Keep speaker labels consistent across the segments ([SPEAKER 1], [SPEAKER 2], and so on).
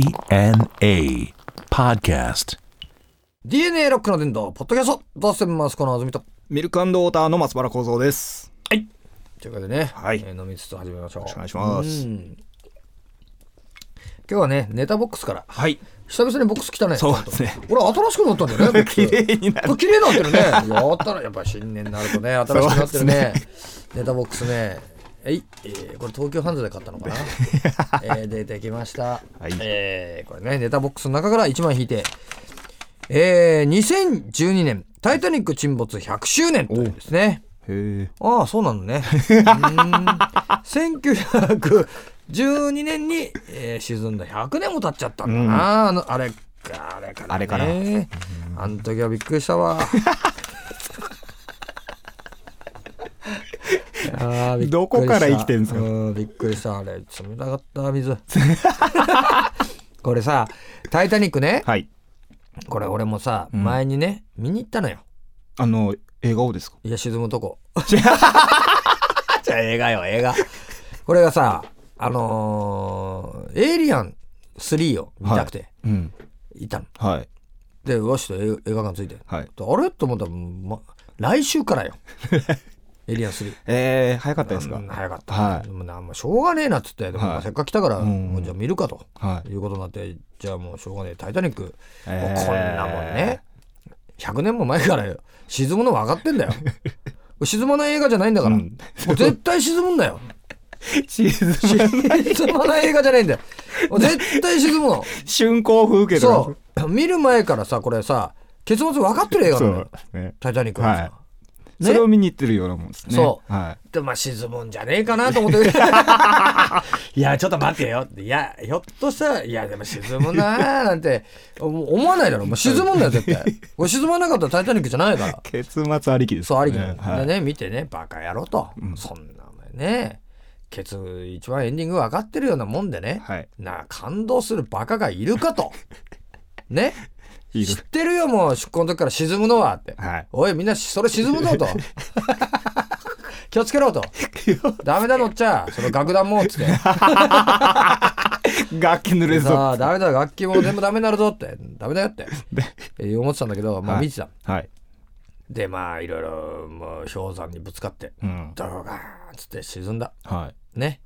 [SPEAKER 1] DNA Podcast.
[SPEAKER 2] DNA ロックの伝道、ポッドキャスト、どうせますこのあずみと。
[SPEAKER 3] ミルクウォーターの松原幸三です。
[SPEAKER 2] ということでね、
[SPEAKER 3] はい
[SPEAKER 2] えー飲みつつ始めましょう。
[SPEAKER 3] よろしくお願いします
[SPEAKER 2] うん今日はね、ネタボックスから。
[SPEAKER 3] はい。
[SPEAKER 2] 久々にボックス来たね。
[SPEAKER 3] そうですね。
[SPEAKER 2] 俺、新しくなったんだ よね、ボックス。
[SPEAKER 3] 綺麗になる
[SPEAKER 2] これ綺麗になってるね。やったら、やっぱ新年になるとね、 新しくなってるね。ネタボックスね。えい、えーこれ東京ハンズで買ったの かな、えー出てきました。
[SPEAKER 3] はい
[SPEAKER 2] えーこれね、ネタボックスの中から1枚引いて、えー、2012年、タイタニック沈没100周年というですね。
[SPEAKER 3] へえ。
[SPEAKER 2] ああ、そうなのね。うーん1912年に、えー沈んだ100年も経っちゃったんだな。あのあれか、あれから、ね。
[SPEAKER 3] あれから
[SPEAKER 2] あの時はびっくりしたわ。あーびっくりした
[SPEAKER 3] どこから生きてんすか
[SPEAKER 2] うびっくりした。あれ、冷たかった、 水。これさ、タイタニックね。
[SPEAKER 3] はい。
[SPEAKER 2] これ俺もさ、
[SPEAKER 3] ん
[SPEAKER 2] 前にね、見に行ったのよ。
[SPEAKER 3] あの、映画をですか
[SPEAKER 2] いや、沈むと こ。
[SPEAKER 3] じゃあ映画よ、映画。
[SPEAKER 2] これがさ、あのーエイリアン3を見たくて、
[SPEAKER 3] うん。
[SPEAKER 2] い、たの。
[SPEAKER 3] はい。
[SPEAKER 2] で、うわしと映映画館ついて。
[SPEAKER 3] はい。
[SPEAKER 2] あれと思ったら、ま、来週から よ。エイリアン3。
[SPEAKER 3] えー、早かったですか、
[SPEAKER 2] うん早かった。
[SPEAKER 3] はい
[SPEAKER 2] でもな、もうしょうがねえなっつって、でも
[SPEAKER 3] はい
[SPEAKER 2] せっかく来たから、
[SPEAKER 3] うんうん
[SPEAKER 2] もうじゃあ見るかと、
[SPEAKER 3] はい
[SPEAKER 2] い、うことになって、じゃあもうしょうがねえ、タイタニック、
[SPEAKER 3] えー
[SPEAKER 2] もうこんなもんね、100年も前からよ沈むの分かってんだよ。沈まない映画じゃないんだから、
[SPEAKER 3] うん
[SPEAKER 2] もう絶対沈むんだよ。
[SPEAKER 3] シーズン、
[SPEAKER 2] 沈まない映画じゃないんだよ。もう絶対沈む の。
[SPEAKER 3] 春光風景と
[SPEAKER 2] そ
[SPEAKER 3] か。
[SPEAKER 2] う。見る前からさ、これさ、結末分かってる映画なのよ。
[SPEAKER 3] そうね。
[SPEAKER 2] タイタニックはさ
[SPEAKER 3] は。い。それを見に行ってるようなもんですね。
[SPEAKER 2] そう
[SPEAKER 3] は
[SPEAKER 2] でまあ沈むんじゃねえかなと思って いやちょっと待てよっていやひょっとしたらいやでも沈むなーなんて思思わないだろもう沈むんだよ絶 対これ沈まなかったら「タイタニック」じゃないから
[SPEAKER 3] い。結末ありきです、
[SPEAKER 2] そうありきなの
[SPEAKER 3] は
[SPEAKER 2] で
[SPEAKER 3] い。
[SPEAKER 2] ね見てねバカ野郎と、そんなお前ねケツ一番エンディング分かってるようなもんでね、
[SPEAKER 3] はい
[SPEAKER 2] なあ感動するバカがいるか とね
[SPEAKER 3] いい
[SPEAKER 2] 知ってるよもう出航の時から沈むのはって、
[SPEAKER 3] はい
[SPEAKER 2] おいみんなそれ沈むぞ と気をつけろとダメだのっちゃその楽団もっつ って
[SPEAKER 3] 楽器濡れそう。
[SPEAKER 2] さあダメだ楽器も全部ダメになるぞってダメだよ ってえ思ってたんだけどまあ
[SPEAKER 3] はい
[SPEAKER 2] 見てた、
[SPEAKER 3] はい。
[SPEAKER 2] でまあいろいろもう氷山にぶつかって
[SPEAKER 3] うん。
[SPEAKER 2] ドロガーンっつって沈んだ
[SPEAKER 3] は
[SPEAKER 2] ね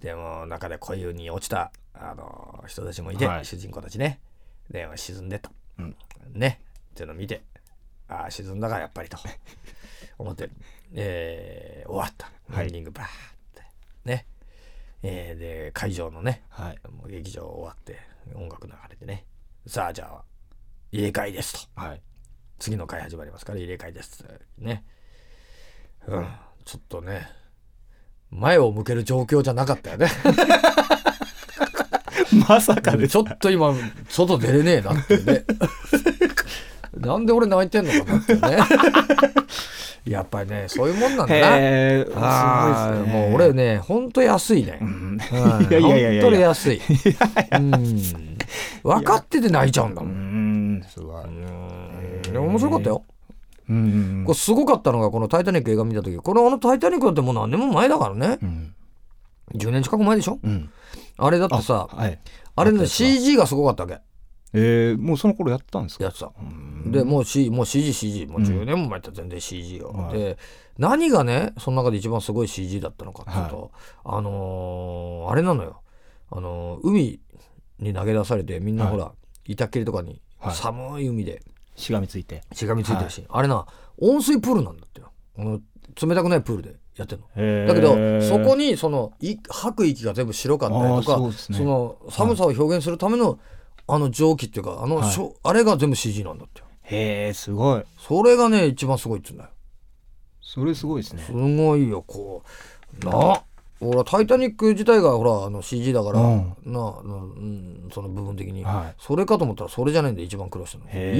[SPEAKER 2] でも中で小湯に落ちたあの人たちもいて、
[SPEAKER 3] はい
[SPEAKER 2] 主人公たちねで沈んでと、
[SPEAKER 3] うん
[SPEAKER 2] ねっていうのを見てああ沈んだかやっぱりと 思って、えー終わった
[SPEAKER 3] はい
[SPEAKER 2] エンディングバーってね、えーで会場のね
[SPEAKER 3] い。はい。
[SPEAKER 2] もう劇場終わって音楽流れてねさあじゃあ入れ替えですと
[SPEAKER 3] はい。
[SPEAKER 2] 次の回始まりますから入れ替えですねうんちょっとね前を向ける状況じゃなかったよね
[SPEAKER 3] まさかです。
[SPEAKER 2] ちょっと今外出れねえなって ねなんで俺泣いてんのかなってねやっぱりねそういうもんなんだな
[SPEAKER 3] へえ、すごい
[SPEAKER 2] あ
[SPEAKER 3] で
[SPEAKER 2] ー
[SPEAKER 3] すね。
[SPEAKER 2] もう俺ねほんと安いね、
[SPEAKER 3] うん。
[SPEAKER 2] うん
[SPEAKER 3] いやいやいやいや
[SPEAKER 2] ほんとに安いうん分かってて泣いちゃうんだ
[SPEAKER 3] う
[SPEAKER 2] もん
[SPEAKER 3] ん、すごい。
[SPEAKER 2] でも面白かったよ
[SPEAKER 3] うん
[SPEAKER 2] これすごかったのがこの「タイタニック」映画見た時これあの「タイタニック」だってもう何年も前だからね
[SPEAKER 3] うん。
[SPEAKER 2] 10年近く前でしょ
[SPEAKER 3] うん。
[SPEAKER 2] あれだってさあ
[SPEAKER 3] はい。
[SPEAKER 2] れね CG がすごかったわ
[SPEAKER 3] えー、もうその頃やってたんです
[SPEAKER 2] け
[SPEAKER 3] か
[SPEAKER 2] やつさでもう CGCG もう CG もう10年も前だったら全然 CG よ、
[SPEAKER 3] はい
[SPEAKER 2] で何がねその中で一番すごい CG だったのかっていうと、あのーあれなのよあのー海に投げ出されてみんな
[SPEAKER 3] はい
[SPEAKER 2] ほら、板っきりとかに
[SPEAKER 3] はい
[SPEAKER 2] 寒い海で
[SPEAKER 3] しがみついて。
[SPEAKER 2] しがみついてるし、あれな温水プールなんだってよあの冷たくないプールでやってんのだけ
[SPEAKER 3] だ
[SPEAKER 2] どそこにそのい吐く息が全部白かったりと
[SPEAKER 3] あ
[SPEAKER 2] か
[SPEAKER 3] ーそ
[SPEAKER 2] そ,、
[SPEAKER 3] うですね
[SPEAKER 2] の寒さを表現するための、あの蒸気っていうかあのしょ、あれが全部 CG なんだってよ
[SPEAKER 3] へえ、すごい。
[SPEAKER 2] それがね一番すごいっつうんだよ
[SPEAKER 3] それすごいですね
[SPEAKER 2] す。ごいよこうなほら「タイタニック」自体がほらあの CG だから、
[SPEAKER 3] うん
[SPEAKER 2] なあ、うん、その部分的に、
[SPEAKER 3] はい
[SPEAKER 2] それかと思ったらそれじゃないんで一番苦労したの
[SPEAKER 3] へ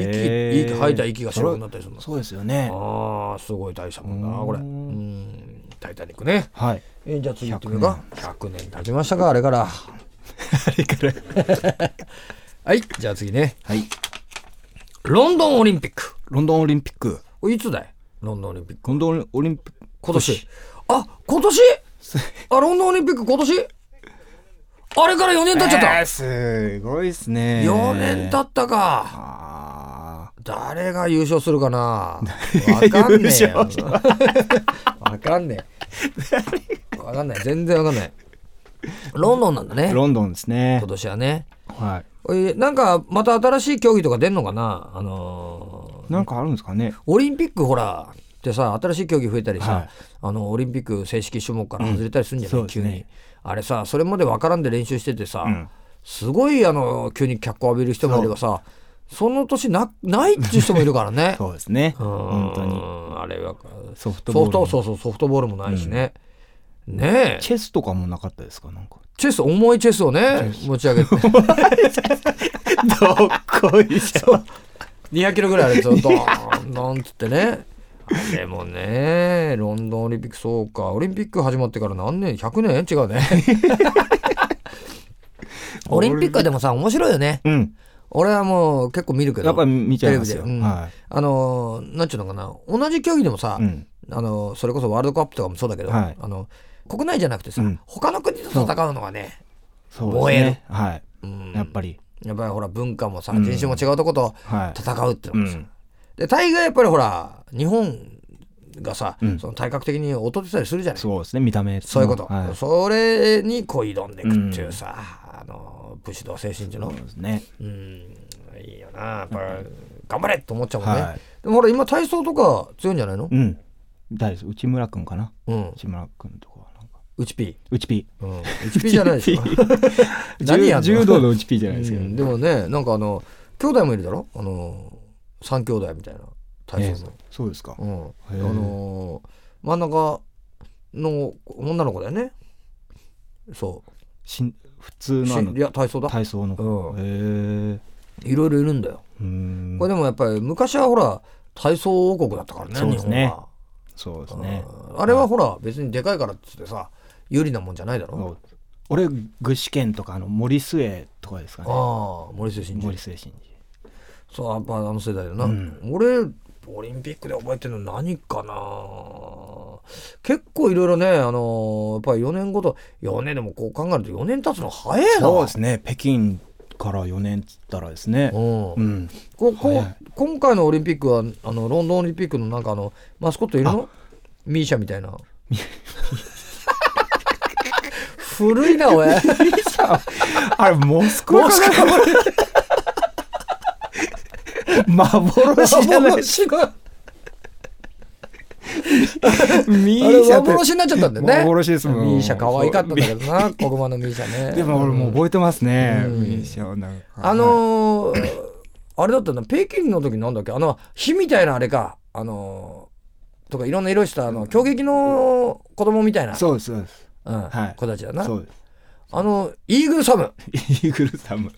[SPEAKER 2] 息
[SPEAKER 3] ー
[SPEAKER 2] 息吐いた息が白くなったりするの
[SPEAKER 3] そうですよね。
[SPEAKER 2] ああすごい大したもんだなこれう
[SPEAKER 3] うん
[SPEAKER 2] ん「タイタニックね」
[SPEAKER 3] はい。
[SPEAKER 2] えーじゃあ次行ってみようか100年経ちましたか あれから
[SPEAKER 3] あれから。
[SPEAKER 2] はいじゃあ次ね
[SPEAKER 3] はい。
[SPEAKER 2] ロンドンオリンピック
[SPEAKER 3] ロンドンオリンピック。
[SPEAKER 2] これいつだいロンドンオリンピック
[SPEAKER 3] ロンドンオリンピック。
[SPEAKER 2] 今年あ今年あロンドンオリンピック今年あれから4年経っちゃった、
[SPEAKER 3] えーすごいですね。
[SPEAKER 2] 4年経ったか
[SPEAKER 3] あ
[SPEAKER 2] 誰が優勝するかなわかん
[SPEAKER 3] 優
[SPEAKER 2] ねえよ
[SPEAKER 3] 勝し
[SPEAKER 2] わかんねえわかんない全然わかんないロンドンなんだね
[SPEAKER 3] ーロンドンですね
[SPEAKER 2] 今。年はね
[SPEAKER 3] は
[SPEAKER 2] おいなんかまた新しい競技とか出んのかなあの
[SPEAKER 3] い。
[SPEAKER 2] ー
[SPEAKER 3] なんかあるんですかね。
[SPEAKER 2] オリンピックほらってさ新しい競技増えたりさ、
[SPEAKER 3] はい
[SPEAKER 2] あのオリンピック正式種目から外れたりするんじゃない、
[SPEAKER 3] うんそ
[SPEAKER 2] 急
[SPEAKER 3] うですね
[SPEAKER 2] にあれさそれまでわからんで練習しててさ、
[SPEAKER 3] ん
[SPEAKER 2] すごいあの急に脚光浴びる人もいればさその年なないっていう人もいるからね
[SPEAKER 3] そうですね。
[SPEAKER 2] うーん
[SPEAKER 3] 本当に。
[SPEAKER 2] あれは
[SPEAKER 3] ソフトボ
[SPEAKER 2] ソ
[SPEAKER 3] ー
[SPEAKER 2] フ
[SPEAKER 3] ル
[SPEAKER 2] ト
[SPEAKER 3] も
[SPEAKER 2] そうそうソフトボールもないしね、ねえ
[SPEAKER 3] チェスとかもなかったですかなんか。
[SPEAKER 2] チェス重いチェスをね持ち上げて
[SPEAKER 3] どっこいしょ。
[SPEAKER 2] 200キロぐらいあれずっとドーンつってねでもねロンドンオリンピックそうかオリンピック始まってから何年100年違うね オリンピックはでもさ面白いよね
[SPEAKER 3] うん。
[SPEAKER 2] 俺はもう結構見るけど
[SPEAKER 3] やっぱり見ちゃいます
[SPEAKER 2] テ
[SPEAKER 3] よ。
[SPEAKER 2] レビでうん
[SPEAKER 3] は
[SPEAKER 2] あのーなんちゅうのかな同じ競技でもさ、
[SPEAKER 3] い。うん。
[SPEAKER 2] あのーそれこそワールドカップとかもそうだけど、
[SPEAKER 3] はい
[SPEAKER 2] あの国内じゃなくてさ、
[SPEAKER 3] うん
[SPEAKER 2] 他の国と戦うのがね
[SPEAKER 3] そう
[SPEAKER 2] 燃
[SPEAKER 3] です
[SPEAKER 2] える
[SPEAKER 3] ね。はい。
[SPEAKER 2] うん
[SPEAKER 3] やっぱり。
[SPEAKER 2] やっぱりほら文化もさ
[SPEAKER 3] うん
[SPEAKER 2] 人種も違うとこと
[SPEAKER 3] はい。
[SPEAKER 2] 戦うっていう
[SPEAKER 3] う
[SPEAKER 2] のがさ、
[SPEAKER 3] ん。
[SPEAKER 2] で大概やっぱりほら日本がさ、
[SPEAKER 3] うん
[SPEAKER 2] その体格的に劣ってたりするじゃない
[SPEAKER 3] そうですね。見た目。
[SPEAKER 2] そういうこと、
[SPEAKER 3] はい。そ
[SPEAKER 2] それにこう挑んでいくっていうさ、あの武士道精神っていうの
[SPEAKER 3] うですね。
[SPEAKER 2] うんいいよなやっぱ頑張れと思っちゃうもんね、
[SPEAKER 3] は
[SPEAKER 2] でもほら今体操とか強いんじゃないの
[SPEAKER 3] い。うん。誰です内村くんかな
[SPEAKER 2] うん
[SPEAKER 3] 内村くんとかはなんか。
[SPEAKER 2] うちピ
[SPEAKER 3] 内 P。
[SPEAKER 2] ーうんうちピーじゃないでしょ 何やんの
[SPEAKER 3] 柔柔道の内 P じゃないですけ
[SPEAKER 2] う
[SPEAKER 3] ど。
[SPEAKER 2] んでもねなんかあの兄弟もいるだろあの三兄弟みたいな体操の、
[SPEAKER 3] そうですか。
[SPEAKER 2] う
[SPEAKER 3] へ
[SPEAKER 2] ん、
[SPEAKER 3] ー
[SPEAKER 2] あのー真ん中の女の子だよねそう
[SPEAKER 3] しん普通
[SPEAKER 2] し
[SPEAKER 3] のあの
[SPEAKER 2] いや体操だ、
[SPEAKER 3] 体操の。
[SPEAKER 2] う
[SPEAKER 3] へ
[SPEAKER 2] ん、
[SPEAKER 3] え。
[SPEAKER 2] いろいろいるんだよ、
[SPEAKER 3] うーん
[SPEAKER 2] これでもやっぱり昔はほら体操王国だったからね
[SPEAKER 3] そうですね
[SPEAKER 2] 日本は
[SPEAKER 3] そうですね。
[SPEAKER 2] うんあれはほら別にでかいからっつってさ有利なもんじゃないだろ
[SPEAKER 3] 俺、具志堅とか、あの、森末とかですかね。
[SPEAKER 2] ああ森末慎
[SPEAKER 3] 森
[SPEAKER 2] 二
[SPEAKER 3] 末慎二。
[SPEAKER 2] そうやっぱあの世代だな、
[SPEAKER 3] うん
[SPEAKER 2] 俺オリンピックで覚えてるの何かな結構いろいろねあのーやっぱり4年ごと4年でもこう考えると4年経つの早いな
[SPEAKER 3] そうですね。北京から4年っつったらですね。
[SPEAKER 2] う、
[SPEAKER 3] うんん。
[SPEAKER 2] ここ
[SPEAKER 3] 早い
[SPEAKER 2] 今回のオリンピックはあのロンドンオリンピックのなんかあのマスコットいるのミーシャみたいな古いなおい
[SPEAKER 3] あれ、モスクワ
[SPEAKER 2] モス
[SPEAKER 3] かなこれ 幻じゃない。
[SPEAKER 2] 幻が
[SPEAKER 3] ミ
[SPEAKER 2] あれ幻になっちゃったんだよね
[SPEAKER 3] 幻ですもん
[SPEAKER 2] ミーシャ可愛かったんだけどな黒馬のミーシャね
[SPEAKER 3] でも俺もう覚えてますね。
[SPEAKER 2] うん
[SPEAKER 3] ミーシャはなんか
[SPEAKER 2] あのーあれだったな北京の時なんだっけあの火みたいなあれかあのーとかいろんな色したあの狂撃の子供みたいな、
[SPEAKER 3] そうです、そうです。
[SPEAKER 2] うん
[SPEAKER 3] はい
[SPEAKER 2] 子たちだな
[SPEAKER 3] そうで
[SPEAKER 2] あのイーグルサム
[SPEAKER 3] す。イーグルサム。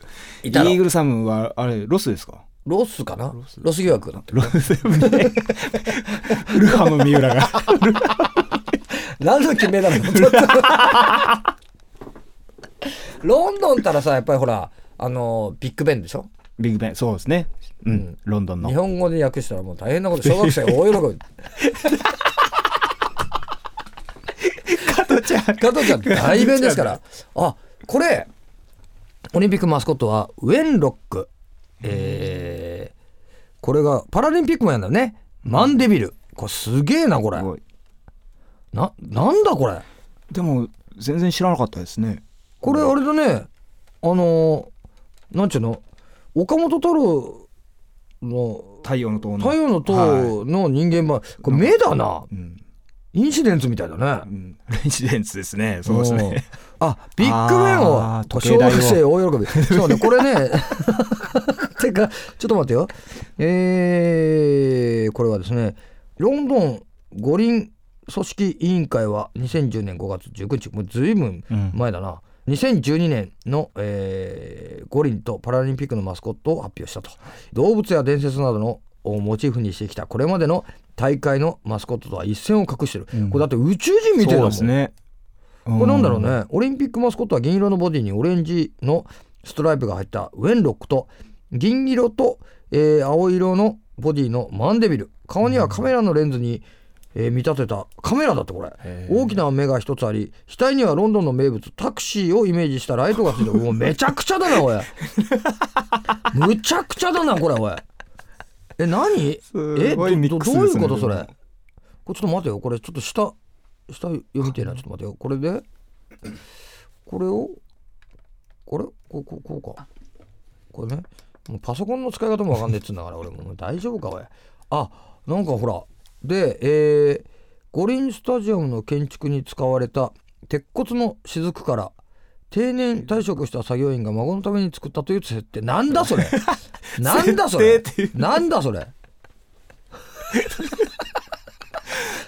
[SPEAKER 3] イ
[SPEAKER 2] いたの
[SPEAKER 3] ーグルサムは、あれ、ロスですか
[SPEAKER 2] ロスかな
[SPEAKER 3] ロス
[SPEAKER 2] ロス疑惑だった
[SPEAKER 3] ロスサムね。フルハム三 浦が。
[SPEAKER 2] 何の金メダ ルだロンドンったらさやっぱりほらあのビッグベンでしょ
[SPEAKER 3] ビッグベン、そうですね。う
[SPEAKER 2] うん
[SPEAKER 3] ん、ロンドン
[SPEAKER 2] 日
[SPEAKER 3] の。
[SPEAKER 2] 本語で訳したらもう大変なこと小学生大喜び
[SPEAKER 3] 加トちゃん。
[SPEAKER 2] 加藤ちゃん大弁ですからあこれオリンピックマスコットはウェンロックえーこれがパラリンピックもやんだよねマンデビルこれすげえなこれ
[SPEAKER 3] すごい
[SPEAKER 2] ななんだこれ
[SPEAKER 3] でも、全然知らなかったですね。
[SPEAKER 2] これあれだねあのーなんちゅうの岡本太郎の
[SPEAKER 3] 太陽の塔の。
[SPEAKER 2] 太陽の
[SPEAKER 3] は。
[SPEAKER 2] 塔の人間版、これ目だない
[SPEAKER 3] うん。
[SPEAKER 2] インシデンツみたいだ
[SPEAKER 3] う
[SPEAKER 2] ね。
[SPEAKER 3] ん レジデンスですね。そうですね。
[SPEAKER 2] うん。 あビッグベン
[SPEAKER 3] あ
[SPEAKER 2] を
[SPEAKER 3] ー時
[SPEAKER 2] 小
[SPEAKER 3] 計台を
[SPEAKER 2] 学生大喜び。そうねこれね。 てかちょっと待ってよ。えー、これはですねロンドン五輪組織委員会は2010年5月19日もう随分
[SPEAKER 3] うん
[SPEAKER 2] 前だな2012年の、えー五輪とパラリンピックのマスコットを発表したと動物や伝説などのをモチーフにしてきたこれまでの大会のマスコットとは一線を画してる、
[SPEAKER 3] うん
[SPEAKER 2] これだって宇宙人見てる
[SPEAKER 3] そう
[SPEAKER 2] もん
[SPEAKER 3] ですね。
[SPEAKER 2] こ
[SPEAKER 3] こ
[SPEAKER 2] れなんだろう。ねオリンピックマスコットは銀色のボディにオレンジのストライプが入ったウェンロックと銀色と、えー青色のボディのマンデビル顔にはカメラのレンズにえー見立てたカメラだってこれ
[SPEAKER 3] へー
[SPEAKER 2] 大きな目が一つあり額にはロンドンの名物タクシーをイメージしたライトがついてるもうめちゃくちゃだなおいむちゃくちゃだなこれおいえ何え
[SPEAKER 3] すごいミ
[SPEAKER 2] ど
[SPEAKER 3] ックス
[SPEAKER 2] どう
[SPEAKER 3] で
[SPEAKER 2] い
[SPEAKER 3] す
[SPEAKER 2] う
[SPEAKER 3] ね
[SPEAKER 2] ことそれこれちょっと待てよこれちょっと下下読みてえなちょっと待てよこれでこれをこれこうこうこうかこれねもうパソコンの使い方もわかんねえっつうんだから俺ももう大丈夫かおいあなんかほらでえー五輪スタジアムの建築に使われた鉄骨の雫から定年退職した作業員が孫のために作ったという設定なんだそ れなんだそれ
[SPEAKER 3] 設定ってい
[SPEAKER 2] なんだそれ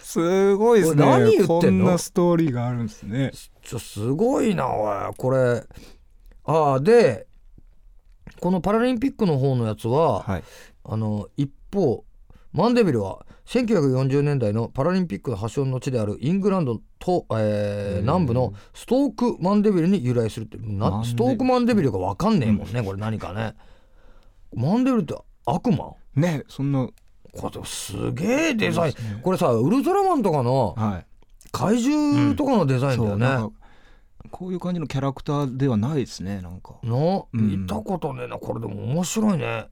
[SPEAKER 3] すごいですね
[SPEAKER 2] これ何言ってんの
[SPEAKER 3] こんなストーリーがあるんですね
[SPEAKER 2] ちょすごいなおいこれああでこのパラリンピックの方のやつは、
[SPEAKER 3] はい
[SPEAKER 2] あの一方マンデビルは1940年代のパラリンピックの発祥の地であるイングランドと、えー
[SPEAKER 3] うん
[SPEAKER 2] 南部のストーク・マンデビルに由来するって
[SPEAKER 3] マン
[SPEAKER 2] な
[SPEAKER 3] デ
[SPEAKER 2] ストーク・マンデビルが分かんねえもんね、これ何かねマンデビルって悪魔
[SPEAKER 3] ねそんな
[SPEAKER 2] これでもすげえデザイン
[SPEAKER 3] そうですね
[SPEAKER 2] これさウルトラマンとかの
[SPEAKER 3] はい
[SPEAKER 2] 怪獣とかのデザインだ
[SPEAKER 3] そ
[SPEAKER 2] よ
[SPEAKER 3] う
[SPEAKER 2] ね、
[SPEAKER 3] なんかこういう感じのキャラクターではないですねなんか
[SPEAKER 2] の、
[SPEAKER 3] うん
[SPEAKER 2] 見たことねえなこれでも面白いね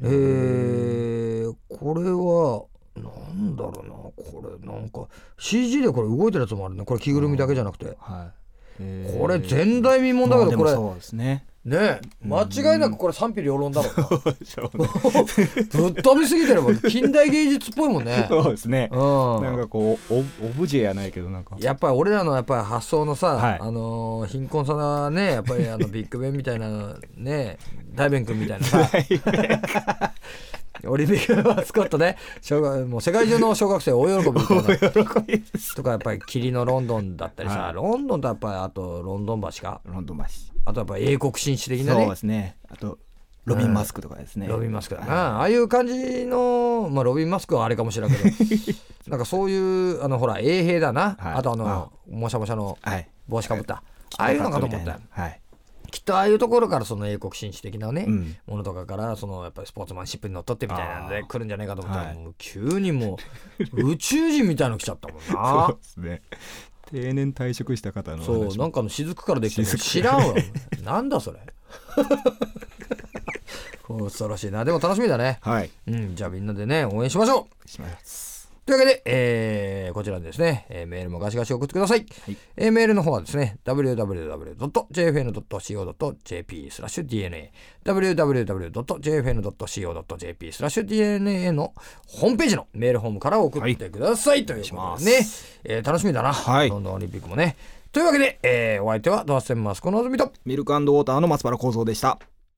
[SPEAKER 2] えー、これはなんだろうなこれなんか CG でこれ動いてるやつもあるねこれ着ぐるみだけじゃなくて
[SPEAKER 3] はいへー
[SPEAKER 2] これ前代未聞だけどこ
[SPEAKER 3] まあ
[SPEAKER 2] れ
[SPEAKER 3] でもそうです ね
[SPEAKER 2] ねえ間違いなくこれ賛否両論だろ うな
[SPEAKER 3] そ
[SPEAKER 2] ぶっ飛びすぎてるもん近代芸術っぽいもん ね
[SPEAKER 3] うですね
[SPEAKER 2] うん
[SPEAKER 3] なんかこうオオブジェやないけどなんか
[SPEAKER 2] やっぱり俺らのやっぱり発想のさ、
[SPEAKER 3] はい
[SPEAKER 2] あのー貧困さがねやっぱり あのビッグベンみたいなね大弁君みたいなさオリンピックのマスコットね小学もう世界中の小学生大喜びみたいな
[SPEAKER 3] 喜びです
[SPEAKER 2] とかやっぱり霧のロンドンだったりさ、
[SPEAKER 3] はい
[SPEAKER 2] ロンドンとやっぱりあとロンドン橋か
[SPEAKER 3] ロンドン橋
[SPEAKER 2] あとやっぱ英国紳士的な
[SPEAKER 3] そう
[SPEAKER 2] ね
[SPEAKER 3] ですねあとロビン・マスクとかですね
[SPEAKER 2] ロビン・マスクだなああいう感じの、まあ、ロビン・マスクはあれかもしれんけ どなんかそういうあのほら衛兵だな、
[SPEAKER 3] はい
[SPEAKER 2] あとあの
[SPEAKER 3] あ
[SPEAKER 2] もしゃもしゃの
[SPEAKER 3] はい
[SPEAKER 2] 帽子かぶった、ああいうのかと思ったよ
[SPEAKER 3] はい
[SPEAKER 2] きっとああいうところからその英国紳士的なね、
[SPEAKER 3] うん
[SPEAKER 2] ものとかからそのやっぱりスポーツマンシップにのっとってみたいなん
[SPEAKER 3] あ
[SPEAKER 2] で
[SPEAKER 3] ー
[SPEAKER 2] 来るんじゃないかと思ったら、
[SPEAKER 3] はい
[SPEAKER 2] もう急にも う宇宙人みたいの来ちゃったもん
[SPEAKER 3] そう
[SPEAKER 2] な
[SPEAKER 3] ですね定年退職した方の
[SPEAKER 2] そう
[SPEAKER 3] 話
[SPEAKER 2] なんかの雫からできてるの知らんわなんだそれ 恐ろしいなでも楽しみだね
[SPEAKER 3] はい
[SPEAKER 2] うんじゃあみんなでね応援しましょう
[SPEAKER 3] します
[SPEAKER 2] というわけで、えーこちらにですね、えーメールもガシガシ送ってください。
[SPEAKER 3] はい
[SPEAKER 2] えーメールの方はですね、www.jfn.co.jp スラッシュ DNA、www.jfn.co.jp スラッシュ DNA のホームページのメールホームから送ってください。ということでね、えー楽しみだな、
[SPEAKER 3] はい
[SPEAKER 2] ロンドンオリンピックもね。というわけで、えーお相手はドアステンマスコのあずみと、
[SPEAKER 3] ミルクウォーターの松原幸三でした